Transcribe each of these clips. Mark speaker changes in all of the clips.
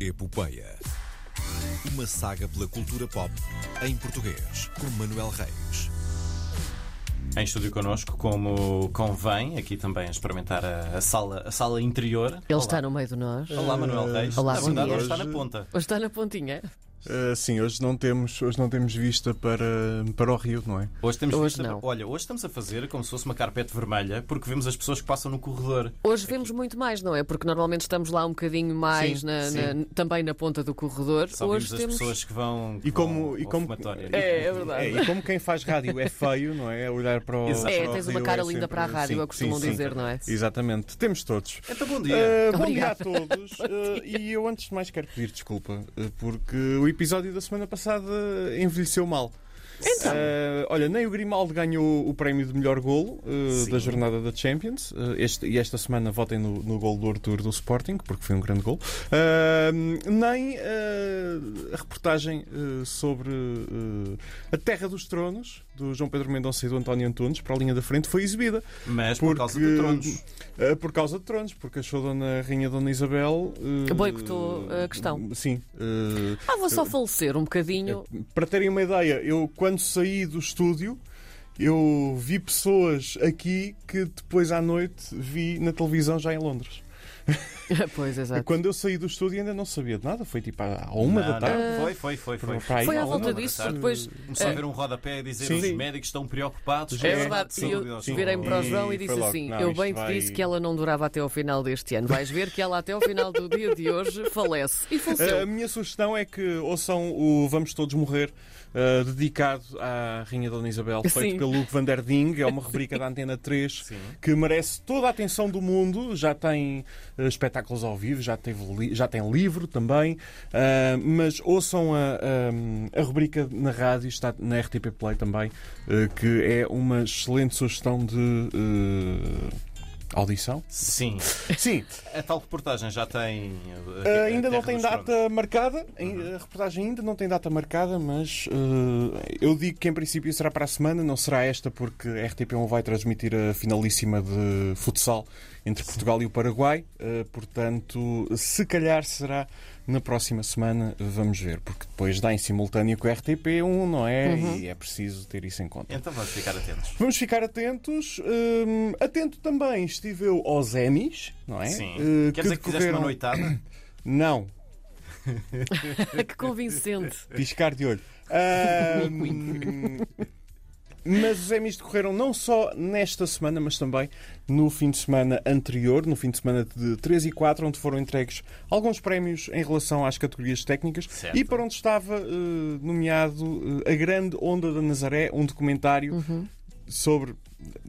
Speaker 1: Epopeia. Uma saga pela cultura pop em português, com Manuel Reis.
Speaker 2: Em estúdio connosco, como convém, aqui também a experimentar a, a sala, a sala interior.
Speaker 3: Ele está no meio de nós.
Speaker 2: Olá, Manuel Reis.
Speaker 3: Olá,
Speaker 2: na
Speaker 3: bom
Speaker 2: verdade,
Speaker 3: dia.
Speaker 2: ele está na ponta.
Speaker 3: Hoje está na pontinha.
Speaker 4: Uh, sim, hoje não, temos, hoje não temos vista para, para o Rio, não é?
Speaker 2: Hoje temos
Speaker 3: Hoje
Speaker 2: visto-
Speaker 3: não.
Speaker 2: Olha, hoje estamos a fazer como se fosse uma carpete vermelha, porque vemos as pessoas que passam no corredor.
Speaker 3: Hoje vemos muito mais, não é? Porque normalmente estamos lá um bocadinho mais
Speaker 2: Sim,
Speaker 3: na- na- também na ponta do corredor.
Speaker 2: Só
Speaker 3: Hoje
Speaker 2: vimos
Speaker 3: temos.
Speaker 2: as pessoas que vão. que
Speaker 4: E como-
Speaker 2: vão
Speaker 4: e
Speaker 2: ao
Speaker 4: como-
Speaker 2: fumatório.
Speaker 3: É, é verdade.
Speaker 4: e como quem faz rádio é feio, não é? Olhar para o.
Speaker 2: Exato.
Speaker 3: É,
Speaker 4: para o
Speaker 3: tens uma
Speaker 4: Rio
Speaker 3: cara
Speaker 4: é
Speaker 3: linda
Speaker 4: sempre-
Speaker 3: para a rádio,
Speaker 4: sim,
Speaker 3: eu costumo
Speaker 4: sim, sim.
Speaker 3: dizer, não é?
Speaker 4: Exatamente, temos todos.
Speaker 2: Então, bom dia.
Speaker 4: Uh, bom dia a
Speaker 3: Obrigada.
Speaker 4: todos. Uh, e eu, antes de mais, quero pedir desculpa, uh, porque o episódio da semana passada envelheceu mal.
Speaker 3: Então.
Speaker 4: Uh, olha, nem o Grimaldo ganhou o prémio de melhor golo uh,
Speaker 2: Sim.
Speaker 4: da jornada da Champions. Uh, este- e esta semana votem no, no gol do Arthur do Sporting, porque foi um grande gol. Uh, nem uh, a reportagem uh, sobre uh, a Terra dos Tronos, do João Pedro Mendonça e do António Antunes, para a linha da frente, foi exibida.
Speaker 2: Mas por
Speaker 4: Porque,
Speaker 2: causa de troncos.
Speaker 4: eh, por causa de tronos, porque achou Dona Rainha Dona Isabel. eh,
Speaker 3: Boicotou a questão.
Speaker 4: Sim. eh,
Speaker 3: Ah, vou só falecer um bocadinho.
Speaker 4: para terem uma ideia, eu quando saí do estúdio. Eu vi pessoas aqui que depois à noite vi na televisão já em Londres.
Speaker 3: Ah, pois, exato.
Speaker 4: Quando eu saí do estúdio ainda não sabia de nada, foi tipo à à uma
Speaker 2: Não,
Speaker 4: da tarde.
Speaker 2: não, Foi, foi, foi. Foi,
Speaker 4: Para aí,
Speaker 3: Foi à
Speaker 4: à uma
Speaker 3: volta
Speaker 4: da
Speaker 3: disso,
Speaker 4: tarde.
Speaker 3: depois. eh,
Speaker 2: Começou a ver um rodapé a dizer
Speaker 4: Sim.
Speaker 2: os
Speaker 4: Sim.
Speaker 2: médicos estão preocupados.
Speaker 3: É verdade,
Speaker 2: Sim.
Speaker 3: e eu
Speaker 2: Sim.
Speaker 3: virei-me para o
Speaker 4: E
Speaker 3: João e
Speaker 4: foi
Speaker 3: disse
Speaker 4: logo,
Speaker 3: assim:
Speaker 4: "Não,
Speaker 3: Eu
Speaker 4: isto
Speaker 3: bem te
Speaker 4: vai-
Speaker 3: disse que ela não durava até ao final deste ano. Vais ver que ela até ao final do dia de hoje falece. E
Speaker 4: A
Speaker 3: faleceu.
Speaker 4: minha sugestão é que ouçam o Vamos Todos Morrer, eh, dedicado à Rainha Dona Isabel, feito
Speaker 3: Sim.
Speaker 4: pelo Hugo Van der Ding. É uma rubrica da Antena 3 que merece toda a atenção do mundo. Já tem eh, espetáculos ao vivo, já, teve li- já tem livro também. Ah, mas ouçam a, a- a rubrica na rádio, está na RTP Play também, eh, que é uma excelente sugestão de. eh, Audição?
Speaker 2: Sim.
Speaker 4: Sim,
Speaker 2: A tal reportagem já tem. uh,
Speaker 4: Uh,
Speaker 2: a
Speaker 4: ainda não
Speaker 2: Terra
Speaker 4: tem
Speaker 2: dos Uhum.
Speaker 4: data
Speaker 2: Tronos.
Speaker 4: marcada, Ai- a reportagem ainda não tem data marcada, mas uh, eu digo que em princípio será para a semana, não será esta, porque a RTP1 vai transmitir a finalíssima de futsal entre Portugal e o Paraguai, uh, portanto, se calhar será na próxima semana, vamos ver, porque depois dá em simultâneo com a RTP1, não é?
Speaker 2: Uhum.
Speaker 4: E é preciso ter isso em conta.
Speaker 2: Então vamos ficar atentos.
Speaker 4: Vamos ficar atentos. Hum, atento também estive eu aos Emmys, não é?
Speaker 2: Sim.
Speaker 4: Uh,
Speaker 2: Quer dizer que fizeste uma
Speaker 4: decorreram-
Speaker 2: noitada?
Speaker 4: Não, É,
Speaker 3: que convincente.
Speaker 4: Piscar de olho. Ahm, mas os Emmys decorreram não só nesta semana, mas também no fim de semana anterior, no fim de semana de 3 e 4, onde foram entregues alguns prémios em relação às categorias técnicas
Speaker 2: Certo.
Speaker 4: e para onde estava eh, nomeado eh, A Grande Onda da Nazaré, um documentário
Speaker 3: Uhum.
Speaker 4: sobre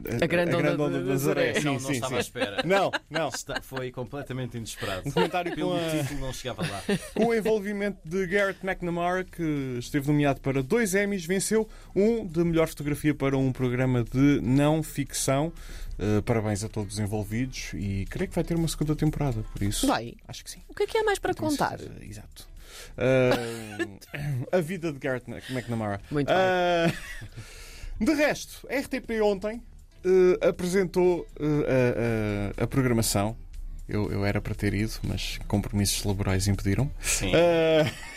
Speaker 4: eh,
Speaker 3: A Grande Onda de Nazaré.
Speaker 4: Sim,
Speaker 2: não, não
Speaker 4: sim,
Speaker 2: estava à
Speaker 4: sim.
Speaker 2: espera.
Speaker 4: Não, não.
Speaker 2: Está- foi completamente inesperado.
Speaker 4: comentário
Speaker 2: Pelo
Speaker 4: com a-
Speaker 2: título não chegava lá.
Speaker 4: Com o envolvimento de Garrett McNamara, que esteve nomeado para dois Emmys, venceu um de melhor fotografia para um programa de não ficção. Uh, parabéns a todos os envolvidos e creio que vai ter uma segunda temporada, por isso.
Speaker 3: Vai.
Speaker 4: Acho que sim.
Speaker 3: O que é que há mais para
Speaker 4: Tenho
Speaker 3: contar?
Speaker 4: certeza. Exato. Uh, a vida de Garrett Mac- McNamara.
Speaker 3: Muito
Speaker 4: Uh, de resto, a RTP ontem uh, apresentou uh, a, a- a programação. Eu, eu era para ter ido, mas compromissos laborais impediram.
Speaker 2: Sim.
Speaker 3: É.
Speaker 4: Uh,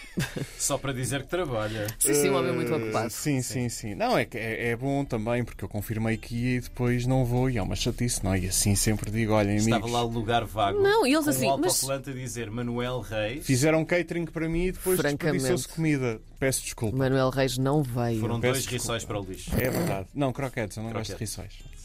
Speaker 2: Só para dizer que trabalha.
Speaker 3: Sim, sim, um homem muito
Speaker 4: eh,
Speaker 3: ocupado.
Speaker 4: Sim, sim, sim. Não, é, que é, é bom também, porque eu confirmei que ia e depois não vou, e é uma chatice, não? E assim sempre digo: olhem,
Speaker 2: Estava
Speaker 4: amigos,
Speaker 2: lá o lugar vago.
Speaker 3: Não, e eles
Speaker 2: com
Speaker 3: assim,
Speaker 2: Um
Speaker 3: mas-
Speaker 2: alto-falante a dizer Manuel Reis.
Speaker 4: fizeram catering para mim e depois
Speaker 3: Francamente.
Speaker 4: desperdiçou-se comida. Peço desculpa.
Speaker 3: Manuel Reis não veio.
Speaker 2: Foram
Speaker 4: peço
Speaker 2: dois
Speaker 4: desculpa.
Speaker 2: riçóis para o lixo.
Speaker 4: É verdade. Não, croquetes, eu não gosto de
Speaker 2: Croquetes.
Speaker 4: rissóis.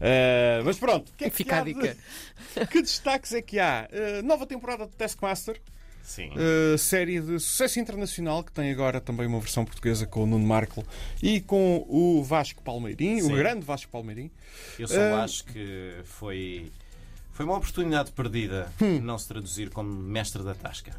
Speaker 4: Eh, mas pronto, o que é que
Speaker 3: Fica a
Speaker 4: há de-
Speaker 3: dica.
Speaker 4: que destaques é que há? Eh, nova temporada de Taskmaster,
Speaker 2: Sim.
Speaker 4: Uh, série de sucesso internacional que tem agora também uma versão portuguesa com o Nuno Marco e com o Vasco Palmeirim, o
Speaker 2: Sim.
Speaker 4: grande Vasco Palmeirim.
Speaker 2: Eu só
Speaker 4: Ah.
Speaker 2: acho que foi. Foi uma oportunidade perdida
Speaker 4: Hum.
Speaker 2: não se traduzir como mestre da tasca.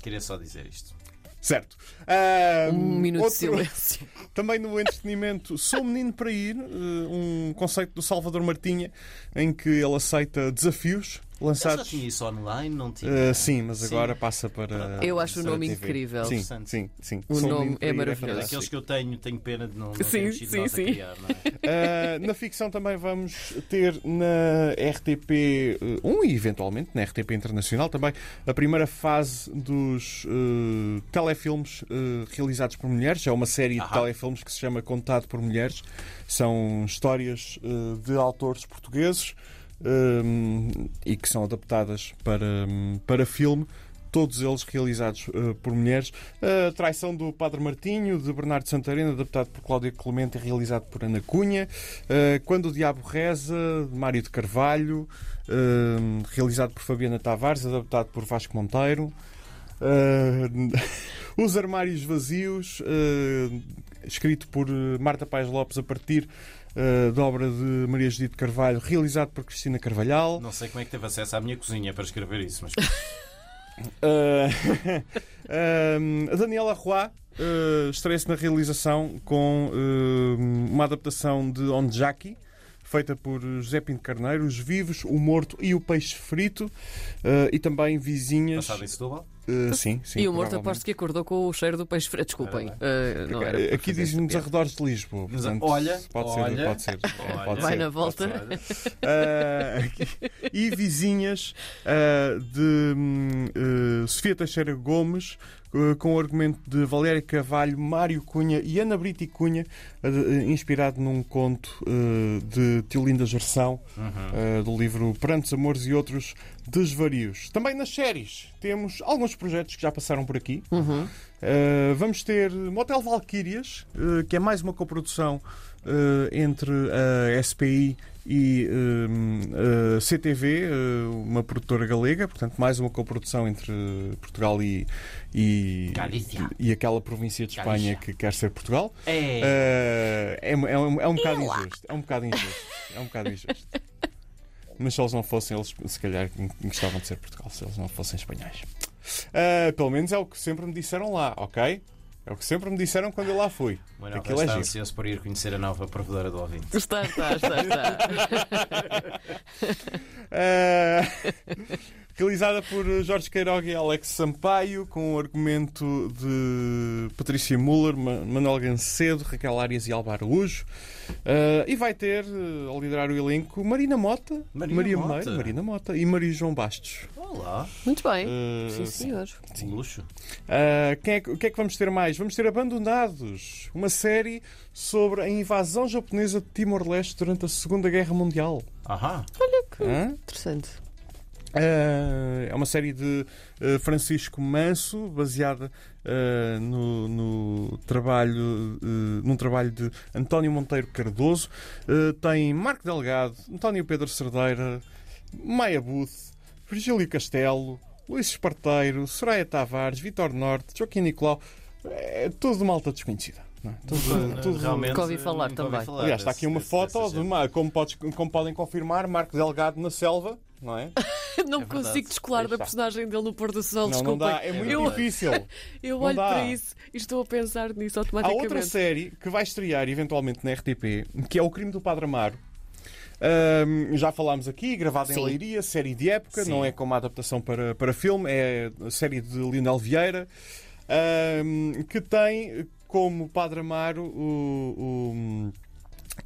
Speaker 2: Queria só dizer isto.
Speaker 4: Certo. Ah,
Speaker 3: Um minuto de
Speaker 4: outro-
Speaker 3: silêncio.
Speaker 4: Também no entretenimento, Sou Menino para Ir, eh, um conceito do Salvador Martinha, em que ele aceita desafios
Speaker 2: Eu já
Speaker 4: lançados.
Speaker 2: tinha isso online, não tinha.
Speaker 4: Uh, sim, mas agora passa
Speaker 2: Para-
Speaker 4: para.
Speaker 3: Eu acho o
Speaker 4: para a
Speaker 3: nome
Speaker 4: TV.
Speaker 3: incrível.
Speaker 4: Sim,
Speaker 2: Interessante.
Speaker 4: sim, sim.
Speaker 3: O
Speaker 4: São
Speaker 3: nome
Speaker 4: lindo
Speaker 3: é
Speaker 4: e
Speaker 3: maravilhoso.
Speaker 4: fantástico.
Speaker 2: Aqueles que eu tenho, tenho pena de não, não
Speaker 3: Sim,
Speaker 2: termos sido
Speaker 3: sim,
Speaker 2: nós a
Speaker 3: sim.
Speaker 2: criar, não é?
Speaker 4: Uh, na ficção também vamos ter na RTP 1 eh, e eventualmente na RTP Internacional também a primeira fase dos uh, telefilmes uh, realizados por mulheres. É uma série de
Speaker 2: Ahá.
Speaker 4: telefilmes que se chama Contado por Mulheres. São histórias uh, de autores portugueses um, e que são adaptadas para, um, para filme. Todos eles realizados uh, por mulheres. A traição do Padre Martinho, de Bernardo Santarena, adaptado por Cláudia Clemente e realizado por Ana Cunha. Uh, Quando o Diabo Reza, de Mário de Carvalho, uh, realizado por Fabiana Tavares, adaptado por Vasco Monteiro. Uh, Os Armários Vazios, uh, escrito por uh, Marta Paes Lopes a partir uh, da obra de Maria Judite Carvalho, realizado por Cristina Carvalhal.
Speaker 2: Não sei como é que teve acesso à minha cozinha para escrever isso, mas
Speaker 4: Uh, um, a Daniela Roy uh, estreia-se na realização com uh, uma adaptação de Onjaki, feita por José Pinto Carneiro, Os Vivos, O Morto e o Peixe Frito, uh, e também Vizinhas.
Speaker 2: passado em Setúbal.
Speaker 4: Uh, sim, sim,
Speaker 3: Então, e o morto
Speaker 4: provavelmente. Ah,
Speaker 3: aposto que acordou com o cheiro do peixe frito. Desculpem.
Speaker 2: Era
Speaker 3: eh, não era para
Speaker 4: Aqui
Speaker 3: fazer
Speaker 4: diz-nos
Speaker 3: esta piada.
Speaker 4: arredores de Lisboa.
Speaker 2: Nos-
Speaker 4: Portanto,
Speaker 2: olha,
Speaker 4: pode
Speaker 2: olha,
Speaker 4: ser, pode ser. é,
Speaker 2: olha.
Speaker 4: pode
Speaker 3: Vai
Speaker 4: ser,
Speaker 3: na
Speaker 4: pode
Speaker 3: volta.
Speaker 4: ser. Ah, e vizinhas ah, de hum, eh, Sofia Teixeira Gomes, eh, com o argumento de Valéria Cavalho, Mário Cunha e Ana Brito e Cunha, eh, inspirado num conto eh, de Teolinda Gerção, eh, do livro Prantos, Amores e Outros Desvarios. Também nas séries temos alguns projetos que já passaram por aqui. Uh, vamos ter Motel Valquírias, uh, que é mais uma coprodução uh, entre a SPI e um, a CTV, uh, uma produtora galega, portanto, mais uma coprodução entre Portugal e, e,
Speaker 2: Galícia.
Speaker 4: e aquela província de Espanha
Speaker 2: Galícia.
Speaker 4: que quer ser Portugal. Uh,
Speaker 2: É.
Speaker 4: é, é um- é um, é um bocado injusto. É um bocado injusto. É um bocado injusto. Mas se eles não fossem, eles se calhar gostavam de ser Portugal, se eles não fossem espanhóis. Ah, pelo menos é o que sempre me disseram lá, ok? É o que sempre me disseram quando eu lá fui.
Speaker 2: Manuel
Speaker 4: Aquilo é
Speaker 2: está
Speaker 4: giro.
Speaker 2: ansioso por ir conhecer a nova provedora do ouvinte.
Speaker 3: Está, está, está, está.
Speaker 4: Ah, realizada por Jorge Queiroga e Alex Sampaio, com o argumento de Patrícia Muller, Ma- Manuel Gancedo, Raquel Arias e Alba Araújo. Ah, e vai ter, eh, ao liderar o elenco, Marina Mota,
Speaker 2: Marina
Speaker 4: Maria
Speaker 2: Mota.
Speaker 4: Meira, Marina Mota e Maria João Bastos.
Speaker 2: Olá.
Speaker 3: Muito bem.
Speaker 4: Ah,
Speaker 3: Sim, senhor.
Speaker 2: Sim. Luxo.
Speaker 4: Uh, quem é que- o que é que vamos ter mais? Vamos ter Abandonados, uma série sobre a invasão japonesa de Timor-Leste durante a Segunda Guerra Mundial.
Speaker 2: Ahá.
Speaker 3: Hum.
Speaker 4: Hã?
Speaker 3: Interessante.
Speaker 4: Uh, é uma série de uh, Francisco Manso, baseada uh, no, no trabalho, uh, num trabalho de António Monteiro Cardoso. Uh, tem Marco Delgado, António Pedro Cerdeira, Maia Booth, Virgílio Castelo, Luís Esparteiro, Soraya Tavares, Vitor Norte, Joaquim Nicolau. É tudo malta desconhecida. não é? Tudo- tudo-
Speaker 2: Realmente.
Speaker 3: Nunca ouvi falar
Speaker 2: nunca
Speaker 3: também.
Speaker 2: falar
Speaker 4: Aliás, está aqui uma
Speaker 2: desse-
Speaker 4: foto,
Speaker 2: dessa
Speaker 4: de
Speaker 2: gente.
Speaker 4: uma- como, podes- como podem confirmar, Marco Delgado na selva, não é?
Speaker 3: Não me
Speaker 2: verdade.
Speaker 3: consigo descolar
Speaker 4: Aí
Speaker 3: da
Speaker 4: está.
Speaker 3: personagem dele no pôr do sol,
Speaker 4: Não, não
Speaker 3: desculpem.
Speaker 4: dá, é muito
Speaker 3: eu,
Speaker 4: difícil.
Speaker 3: eu
Speaker 4: Não
Speaker 3: olho
Speaker 4: dá.
Speaker 3: para isso e estou a pensar nisso
Speaker 4: Há
Speaker 3: automaticamente.
Speaker 4: outra série que vai estrear eventualmente na RTP, que é O Crime do Padre Amaro. Ahm, já falámos aqui, gravada
Speaker 3: Sim.
Speaker 4: em Leiria, série de época,
Speaker 2: Sim.
Speaker 4: não é como a adaptação para, para filme, é a série de Lionel Vieira, ahm, que tem como Padre Amaro o. o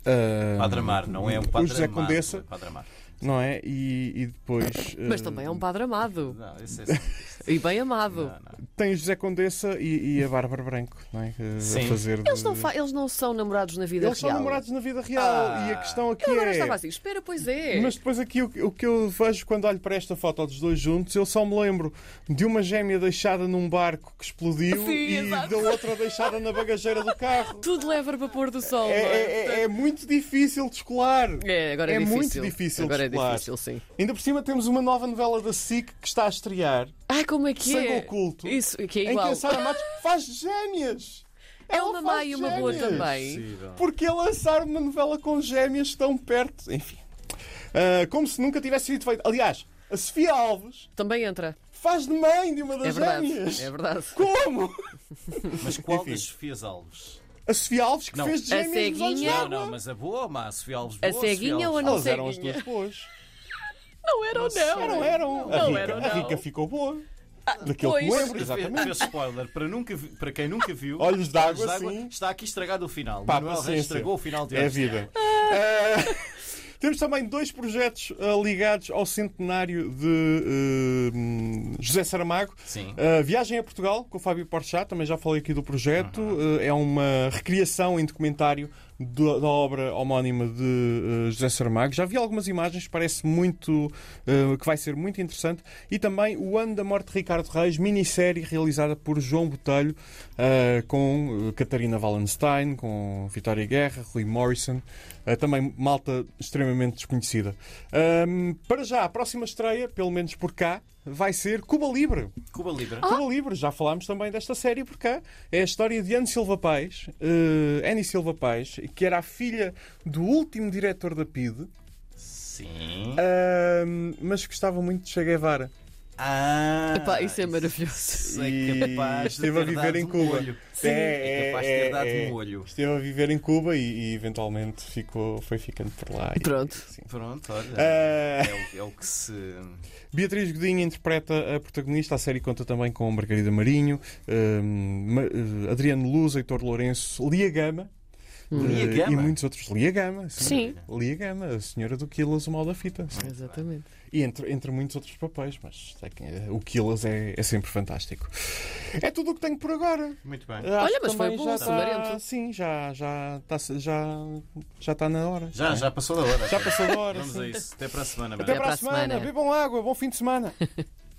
Speaker 4: ahm,
Speaker 2: Padre Amar, não é um Padre
Speaker 4: o José
Speaker 2: Amar,
Speaker 4: Condessa,
Speaker 2: é Padre Amar.
Speaker 4: não é? E, e depois.
Speaker 3: Mas
Speaker 4: ah,
Speaker 3: também é um padre amado.
Speaker 2: Não, esse, esse, esse.
Speaker 3: E bem amado.
Speaker 2: Não, não.
Speaker 4: Tem o José Condessa e, e a Bárbara Branco, não é? Ah,
Speaker 2: Sim.
Speaker 4: A fazer
Speaker 3: Eles
Speaker 4: de-
Speaker 3: não, fa- eles não são namorados na vida
Speaker 4: Eles são
Speaker 3: real.
Speaker 4: namorados na vida real
Speaker 2: Ah.
Speaker 4: e a questão aqui
Speaker 3: Eu agora
Speaker 4: é.
Speaker 3: estava assim, espera, pois é.
Speaker 4: Mas depois aqui o, que- o que eu vejo quando olho para esta foto dos dois juntos, eu só me lembro de uma gêmea deixada num barco que explodiu
Speaker 3: Sim,
Speaker 4: e
Speaker 3: exato.
Speaker 4: da outra deixada na bagageira do carro.
Speaker 3: Tudo leva para pôr do sol.
Speaker 4: É,
Speaker 3: não é?
Speaker 4: é- é- é muito difícil descolar.
Speaker 3: É, agora é,
Speaker 4: é
Speaker 3: difícil.
Speaker 4: muito difícil
Speaker 3: Agora
Speaker 4: descolar.
Speaker 3: é difícil, sim.
Speaker 4: Ainda por cima temos uma nova novela da SIC que está a estrear,
Speaker 3: Ai, como é que
Speaker 4: Sangue
Speaker 3: é?
Speaker 4: Oculto,
Speaker 3: Isso, que é
Speaker 4: em que
Speaker 3: igual.
Speaker 4: a Sara Matos faz gêmeas.
Speaker 3: É
Speaker 4: Ela
Speaker 3: uma
Speaker 4: faz
Speaker 3: má e uma boa
Speaker 4: gêmeas.
Speaker 3: também.
Speaker 2: Possível.
Speaker 4: Porque é lançar uma novela com gêmeas tão perto. Enfim. Ah, como se nunca tivesse sido feito. Aliás, a Sofia Alves
Speaker 3: Também entra.
Speaker 4: faz de mãe de uma das
Speaker 3: É verdade.
Speaker 4: gêmeas.
Speaker 3: É verdade.
Speaker 4: Como?
Speaker 2: Mas qual
Speaker 4: Enfim.
Speaker 2: das Sofias Alves?
Speaker 4: A Sofia Alves que
Speaker 2: Não.
Speaker 4: fez
Speaker 2: A
Speaker 4: de gêmeas nos olhos
Speaker 3: ceguinha?
Speaker 4: d'água.
Speaker 2: Não, não, mas a boa ou má? A Sofia Alves
Speaker 3: A
Speaker 2: boa ou Sofia
Speaker 3: ceguinha
Speaker 2: Alves
Speaker 3: ou a não
Speaker 4: Elas eram as
Speaker 3: ceguinha.
Speaker 4: duas boas.
Speaker 3: Não eram, não.
Speaker 4: Eram, eram.
Speaker 3: Não
Speaker 4: a, rica,
Speaker 3: eram,
Speaker 4: a
Speaker 3: não. Ah,
Speaker 4: rica ficou boa. Daquilo que
Speaker 3: pois.
Speaker 4: me lembro, exatamente.
Speaker 2: Fez spoiler para, nunca vi- para quem nunca viu.
Speaker 4: Olhos d'água,
Speaker 2: d'água,
Speaker 4: sim.
Speaker 2: Está aqui estragado o final.
Speaker 4: Pá,
Speaker 2: Manuel Reis
Speaker 4: paciência.
Speaker 2: estragou o final de
Speaker 4: É a
Speaker 2: hoje.
Speaker 4: vida.
Speaker 3: Ah.
Speaker 4: Eh, temos também dois projetos eh, ligados ao centenário de eh, hum, José Saramago.
Speaker 2: Sim.
Speaker 4: Eh, Viagem a Portugal, com o Fábio Porchat, também já falei aqui do projeto. Eh, é uma recriação em documentário do- da obra homónima de eh, José Saramago. Já vi algumas imagens, parece muito eh, que vai ser muito interessante. E também O Ano da Morte de Ricardo Reis, minissérie realizada por João Botelho, eh, com eh, Catarina Wallenstein, com Vitória Guerra, Rui Morrison, eh, também malta extremamente desconhecida. Ahm, para já, a próxima estreia, pelo menos por cá, vai ser Cuba Libre.
Speaker 2: Cuba Libre.
Speaker 4: Cuba Livre, já falámos também desta série por cá. É a história de Anne Silva Paz, eh, Annie Silva Paz, que era a filha do último diretor da PIDE,
Speaker 2: Sim.
Speaker 4: ahm, ehm, mas gostava muito de Che Guevara.
Speaker 2: Ah,
Speaker 3: Epá, isso é maravilhoso.
Speaker 2: Isso é capaz de
Speaker 4: esteve
Speaker 2: ter
Speaker 4: a viver
Speaker 2: dado
Speaker 4: em
Speaker 2: um
Speaker 4: Cuba.
Speaker 2: olho. Sim, é, capaz de ter dado um olho.
Speaker 4: Esteve a viver em Cuba e, e eventualmente ficou, foi ficando por lá. E-
Speaker 3: Pronto.
Speaker 4: sim.
Speaker 2: Pronto, olha.
Speaker 4: Ah.
Speaker 2: É, o, é o que se.
Speaker 4: Beatriz Godinho interpreta a protagonista. A série conta também com Margarida Marinho, ahm, Ma- eh, Adriano Luz, Heitor Lourenço, Lia Gama.
Speaker 2: Lia
Speaker 4: eh,
Speaker 2: Gama?
Speaker 4: E muitos outros. Lia Gama.
Speaker 3: Sim.
Speaker 4: Lia Gama, a senhora do Quilas, o mal da fita. sim.
Speaker 3: Exatamente.
Speaker 4: E entre, entre muitos outros papéis, mas é que, eh, o Quilas é, é sempre fantástico. É tudo o que tenho por agora.
Speaker 2: Muito bem.
Speaker 4: Acho
Speaker 3: Olha,
Speaker 4: que
Speaker 3: mas foi
Speaker 4: também
Speaker 3: bom,
Speaker 4: já está,
Speaker 3: sumarento.
Speaker 4: Sim, já já está já, já está na hora.
Speaker 2: Já, já passou da hora.
Speaker 4: Já passou da hora.
Speaker 2: Vamos
Speaker 4: sim.
Speaker 2: a isso. Até para a semana,
Speaker 4: Até,
Speaker 2: Manuel.
Speaker 4: para a semana. Bebam água. Bom fim de semana.